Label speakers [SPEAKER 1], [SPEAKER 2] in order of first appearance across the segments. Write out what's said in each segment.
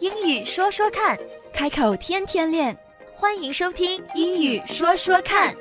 [SPEAKER 1] 英语说说看，
[SPEAKER 2] 开口天天练。
[SPEAKER 1] 欢迎收听《英语说说看》。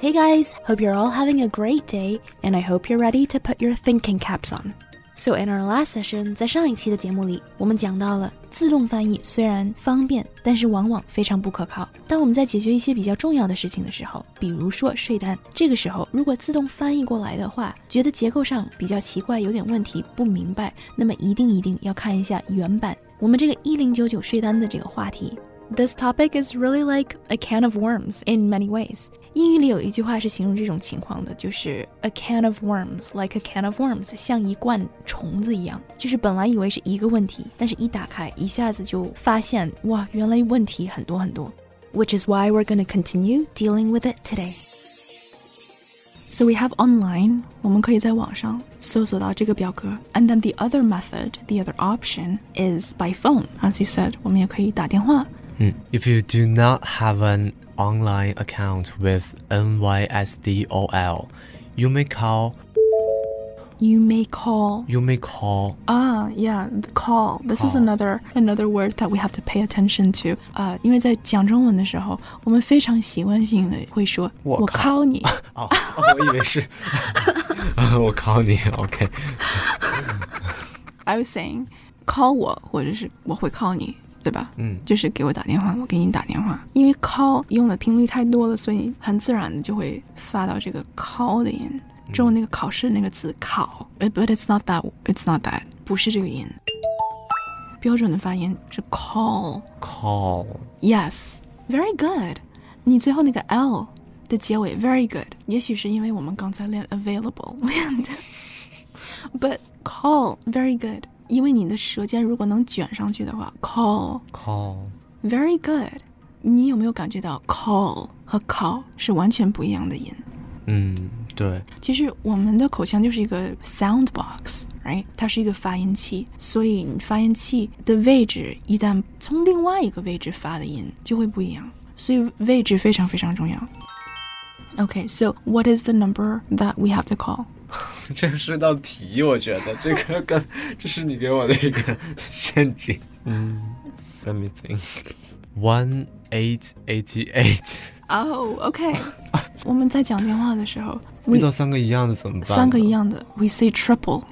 [SPEAKER 2] Hey guys, hope you're all having a great day, and I hope you're ready to put your thinking caps on. So in our last session，在上一期的节目里，我们讲到了自动翻译虽然方便，但是往往非常不可靠。当我们在解决一些比较重要的事情的时候，比如说税单，这个时候如果自动翻译过来的话，觉得结构上比较奇怪，有点问题，不明白，那么一定一定要看一下原版。我们这个一零九九税单的这个话题。This topic is really like a can of worms in many ways. 英语里有一句话是形容这种情况的，就是 a can of worms, like a can of worms，像一罐虫子一样。就是本来以为是一个问题，但是一打开，一下子就发现，哇，原来问题很多很多。Which is why we're going to continue dealing with it today.
[SPEAKER 3] So we have online，我们可以在网上搜索到这个表格。And then the other method, the other option is by phone. As you said，我们也可以打电话。
[SPEAKER 4] If you do not have an online account with NYSDOL, you may call
[SPEAKER 3] You may call.
[SPEAKER 4] you may call
[SPEAKER 3] Ah, yeah, the call. This is
[SPEAKER 4] Call.
[SPEAKER 3] another another word that we have to pay attention to. 啊、因为在讲中文的时候，我们非常习惯性的会说“
[SPEAKER 4] 我
[SPEAKER 3] 我
[SPEAKER 4] 靠
[SPEAKER 3] 靠你
[SPEAKER 4] 哦，我以为是我 Oh, call 你 OK ”。
[SPEAKER 3] I was saying call 我，或者是我会 call 你，对吧？
[SPEAKER 4] 嗯
[SPEAKER 3] 就是给我打电话，我给你打电话。因为 call 用的频率太多了，所以很自然的就会发到这个 call 的音。只有那个考试那个字考，but but it's not that, it's not that，不是这个音。标准的发音是 call。
[SPEAKER 4] call
[SPEAKER 3] Yes, very good. 你最后那个 L 的结尾 very good，也许是因为我们刚才练 available 练的，but call very good，因为你的舌尖如果能卷上去的话，call
[SPEAKER 4] call
[SPEAKER 3] very good。你有没有感觉到 call 和 call 是完全不一样的音？
[SPEAKER 4] 嗯 Mm, 对
[SPEAKER 3] 其实我们的口腔就是一个 sound box，right？它是一个发音器，所以你发音器的位置一旦从另外一个位置发的音就会不一样，所以位置非常非常重要。Okay, so what is the number that we have to call?
[SPEAKER 4] 这是道题，我觉得这个跟 这是你给我的一个陷阱。嗯，Let me think. One eight eighty eight。
[SPEAKER 3] Oh, okay. 我们在讲电话的时候，
[SPEAKER 4] 遇
[SPEAKER 3] we
[SPEAKER 4] 到三个一样的怎么办呢？
[SPEAKER 3] 三个一样的，we say triple，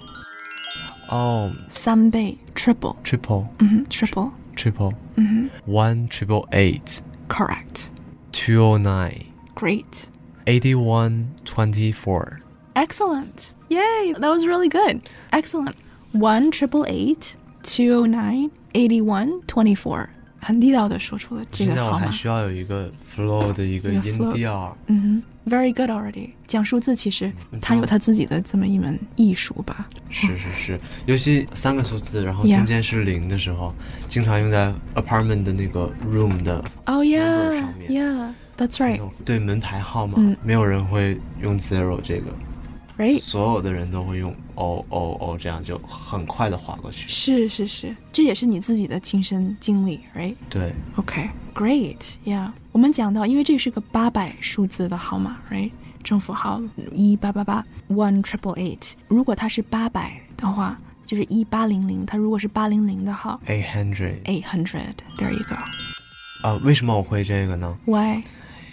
[SPEAKER 4] 哦、
[SPEAKER 3] 三倍 triple，
[SPEAKER 4] t r i p l e
[SPEAKER 3] 嗯哼，triple，
[SPEAKER 4] triple
[SPEAKER 3] 嗯
[SPEAKER 4] one triple eight
[SPEAKER 3] 哼，correct。
[SPEAKER 4] two o nine
[SPEAKER 3] Great.
[SPEAKER 4] eighty one twenty four。
[SPEAKER 3] Excellent. Yay, that was really good. Excellent. 1 triple eight two o nine eighty one twenty four. 很地道的说出了这
[SPEAKER 4] 现
[SPEAKER 3] 个
[SPEAKER 4] 在我
[SPEAKER 3] 号
[SPEAKER 4] 还
[SPEAKER 3] 码。
[SPEAKER 4] 需要有一个 flow 的一个
[SPEAKER 3] 一个
[SPEAKER 4] 音
[SPEAKER 3] flow
[SPEAKER 4] 调。
[SPEAKER 3] 嗯哼，Very good already. 讲数字其实它有它自己的这么一门艺术吧。
[SPEAKER 4] 是是是，尤其三个数字，然后
[SPEAKER 3] Yeah
[SPEAKER 4] 中间是零的时候经常用在 apartment 的那个 room 的
[SPEAKER 3] Oh
[SPEAKER 4] Number
[SPEAKER 3] yeah,
[SPEAKER 4] 上面
[SPEAKER 3] yeah. That's
[SPEAKER 4] 那
[SPEAKER 3] right.
[SPEAKER 4] 种对门牌号码
[SPEAKER 3] 嗯，
[SPEAKER 4] 没有人会用 zero 这个，
[SPEAKER 3] Right.
[SPEAKER 4] 所有的人都会用 o o o，这样就很快的划过去。
[SPEAKER 3] 是是是，这也是你自己的亲身经历，right？
[SPEAKER 4] 对，
[SPEAKER 3] Okay, great, yeah. 我们讲到，因为这是个八百数字的号码，right？政府号一八八八 one triple eight。如果它是八百的话，就是一八零零；它如果是八零零的号
[SPEAKER 4] eight hundred。
[SPEAKER 3] eight hundred。There you go.
[SPEAKER 4] 啊，为什么我会这个呢？
[SPEAKER 3] Why?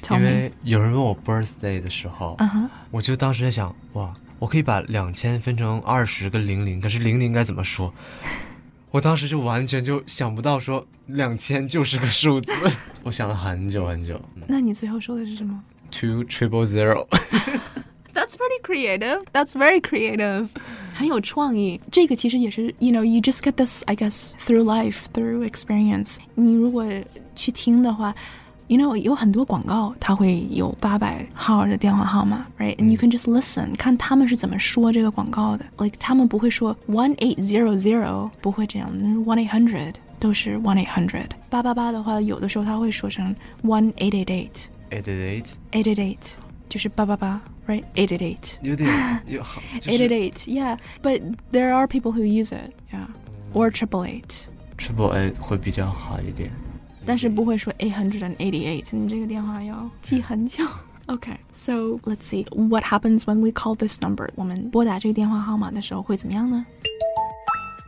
[SPEAKER 4] 因
[SPEAKER 3] Tell me.
[SPEAKER 4] 为有人问我 birthday 的时候，
[SPEAKER 3] 嗯哼，
[SPEAKER 4] 我就当时在想，哇，我可以把两千分成二十个零零，可是零零该怎么说？ 我当时就完全就想不到说两千就是个数 字，我想了很久很久。
[SPEAKER 3] 那你最后说的是什么
[SPEAKER 4] Two triple zero，
[SPEAKER 3] ？That's pretty creative. That's very creative. 很有创意。这个其实也是，you know, you just get this, I guess, through life, through experience. 你如果去听的话。You know，有很多广告，它会有八百号的电话号码，right？And you can just listen，看他们是怎么说这个广告的。Like 他们不会说 one eight zero zero，不会这样，one eight hundred 都是 one eight hundred。八八八的话，有的时候他会说成 one eight eight eight
[SPEAKER 4] eight eight，
[SPEAKER 3] eight eight eight，就是八八八，right？eight eight eight。
[SPEAKER 4] 有点有 好，就是
[SPEAKER 3] Eight eight eight, yeah. But there are people who use it, yeah. Or triple eight.
[SPEAKER 4] triple eight 会比较好一点。
[SPEAKER 3] 但是不会说 eight hundred and eighty eight. 你这个电话要记很久。Okay, so let's see what happens when we call this number. 我们拨打这个电话号码的时候会怎么样呢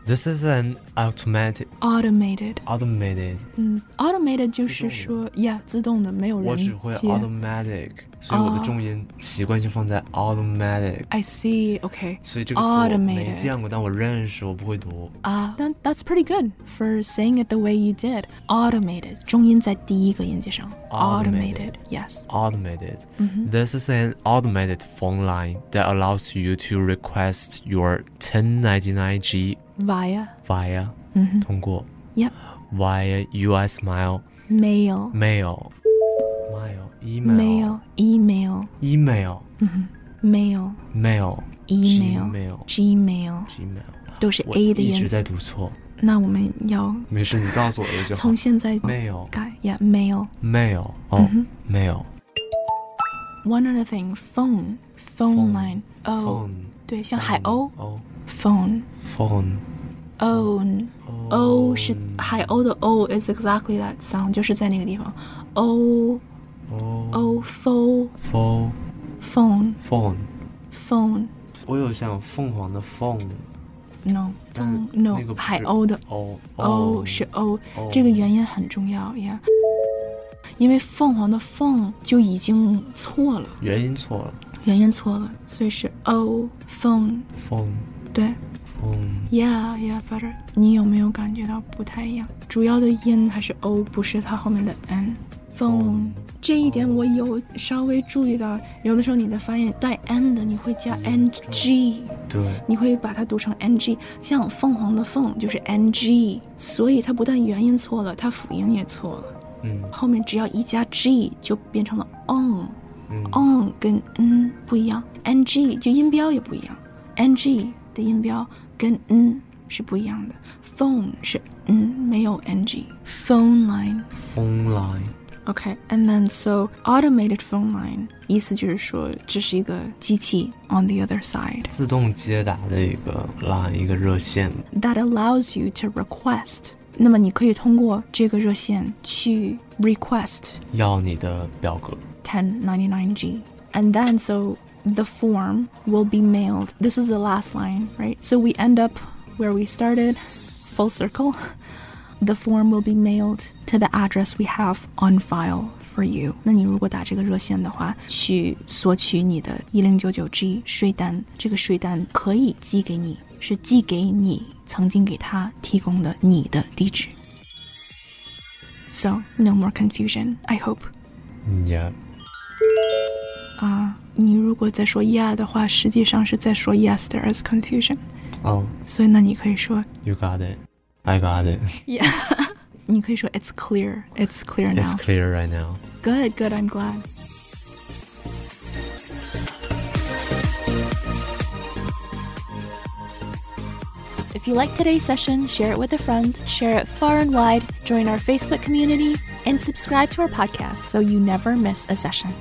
[SPEAKER 4] This is an automatic
[SPEAKER 3] automated，
[SPEAKER 4] automated，
[SPEAKER 3] 嗯，automated 就是说，yeah，自动的，没有
[SPEAKER 4] 我
[SPEAKER 3] 人
[SPEAKER 4] 只会
[SPEAKER 3] 接。
[SPEAKER 4] automatic，所以我的
[SPEAKER 3] 哦
[SPEAKER 4] 重音习惯性放在 automatic，
[SPEAKER 3] I see, OK，
[SPEAKER 4] 所以这个词我没
[SPEAKER 3] Automated
[SPEAKER 4] 见过，但我认识，我不会读。
[SPEAKER 3] 啊、t h a t Uh, that's pretty good for saying it the way you did. Automated，重音在第一个音节上。
[SPEAKER 4] Automated
[SPEAKER 3] yes.
[SPEAKER 4] Automated.
[SPEAKER 3] Mm-hmm.
[SPEAKER 4] This is an automated phone line that allows you to request your 1099G
[SPEAKER 3] Via
[SPEAKER 4] via
[SPEAKER 3] Mm-hmm.
[SPEAKER 4] 通过
[SPEAKER 3] Yep.
[SPEAKER 4] via US mail
[SPEAKER 3] mail,
[SPEAKER 4] mail mail email
[SPEAKER 3] mail, email,
[SPEAKER 4] email
[SPEAKER 3] mail,
[SPEAKER 4] mail
[SPEAKER 3] email,
[SPEAKER 4] Gmail
[SPEAKER 3] Gmail，
[SPEAKER 4] Gmail。
[SPEAKER 3] 都是
[SPEAKER 4] 我
[SPEAKER 3] A 的
[SPEAKER 4] 一
[SPEAKER 3] 音
[SPEAKER 4] 直。在读错，
[SPEAKER 3] 那我们要
[SPEAKER 4] 没事，你告诉我了就好
[SPEAKER 3] 从。现在
[SPEAKER 4] 没有
[SPEAKER 3] 改，yeah, mail.
[SPEAKER 4] mail 哦
[SPEAKER 3] 嗯
[SPEAKER 4] mail
[SPEAKER 3] One other thing, phone, phone
[SPEAKER 4] Phone
[SPEAKER 3] line. O，
[SPEAKER 4] phone
[SPEAKER 3] 对，像海鸥
[SPEAKER 4] 哦
[SPEAKER 3] phone
[SPEAKER 4] phone
[SPEAKER 3] own。O 哦是海鸥的 O is exactly that sound，就是在那个地方。O
[SPEAKER 4] 哦
[SPEAKER 3] O phone
[SPEAKER 4] phone
[SPEAKER 3] phone
[SPEAKER 4] phone，
[SPEAKER 3] phone
[SPEAKER 4] 我有像凤凰的凤
[SPEAKER 3] no
[SPEAKER 4] 但是
[SPEAKER 3] phone 嗯 no
[SPEAKER 4] 那个不是
[SPEAKER 3] 海鸥的
[SPEAKER 4] 哦
[SPEAKER 3] O 是 O，
[SPEAKER 4] 哦
[SPEAKER 3] 这个元音很重要呀。因为凤凰的凤就已经错了，
[SPEAKER 4] 元音错了
[SPEAKER 3] 元音错了，所以是 O phone。
[SPEAKER 4] phone
[SPEAKER 3] 对
[SPEAKER 4] phone
[SPEAKER 3] ，Yeah Yeah better。你有没有感觉到不太一样？主要的音还是 O，不是它后面的 N。phone
[SPEAKER 4] 哦
[SPEAKER 3] 这一点我有稍微注意到，有的时候你的发音带 n 的，你会加
[SPEAKER 4] 嗯
[SPEAKER 3] ng，
[SPEAKER 4] 对
[SPEAKER 3] 你会把它读成 ng，像凤凰的凤就是 ng，所以它不但元音错了，它辅音也错了，
[SPEAKER 4] 嗯
[SPEAKER 3] 后面只要一加 g 就变成了 on，on、
[SPEAKER 4] 嗯
[SPEAKER 3] on 跟 n 不一样，ng 就音标也不一样，ng 的音标跟 n 是不一样的，phone 是 n 没有 ng，phone line。
[SPEAKER 4] phone line
[SPEAKER 3] Okay, and then so automated phone line 意思就是说这是一个机器 on the other side
[SPEAKER 4] 自动接打的一个 line 一个热线
[SPEAKER 3] that allows you to request。那么你可以通过这个热线去 request
[SPEAKER 4] 要你的表格。
[SPEAKER 3] 1099G. And then so the form will be mailed. This is the last line, right? So we end up where we started, full circle. The form will be mailed to the address we have on file for you. 那你如果打这个热线的话，去索取你的一零九九 G 税单，这个税单可以寄给你，是寄给你曾经给他提供的你的地址。So no more confusion, I hope.
[SPEAKER 4] 嗯呀，
[SPEAKER 3] 啊，你如果在说 yeah 的话，实际上是在说 yes there is confusion，
[SPEAKER 4] 哦
[SPEAKER 3] 所以那你可以说
[SPEAKER 4] ，You got it, I got it.
[SPEAKER 3] yeah，你 可以说 it's clear, it's clear
[SPEAKER 4] It's
[SPEAKER 3] now.
[SPEAKER 4] clear right now.
[SPEAKER 3] Good, good, I'm glad.
[SPEAKER 2] If you like today's session, share it with a friend, share it far and wide, join our Facebook community, and subscribe to our podcast so you never miss a session.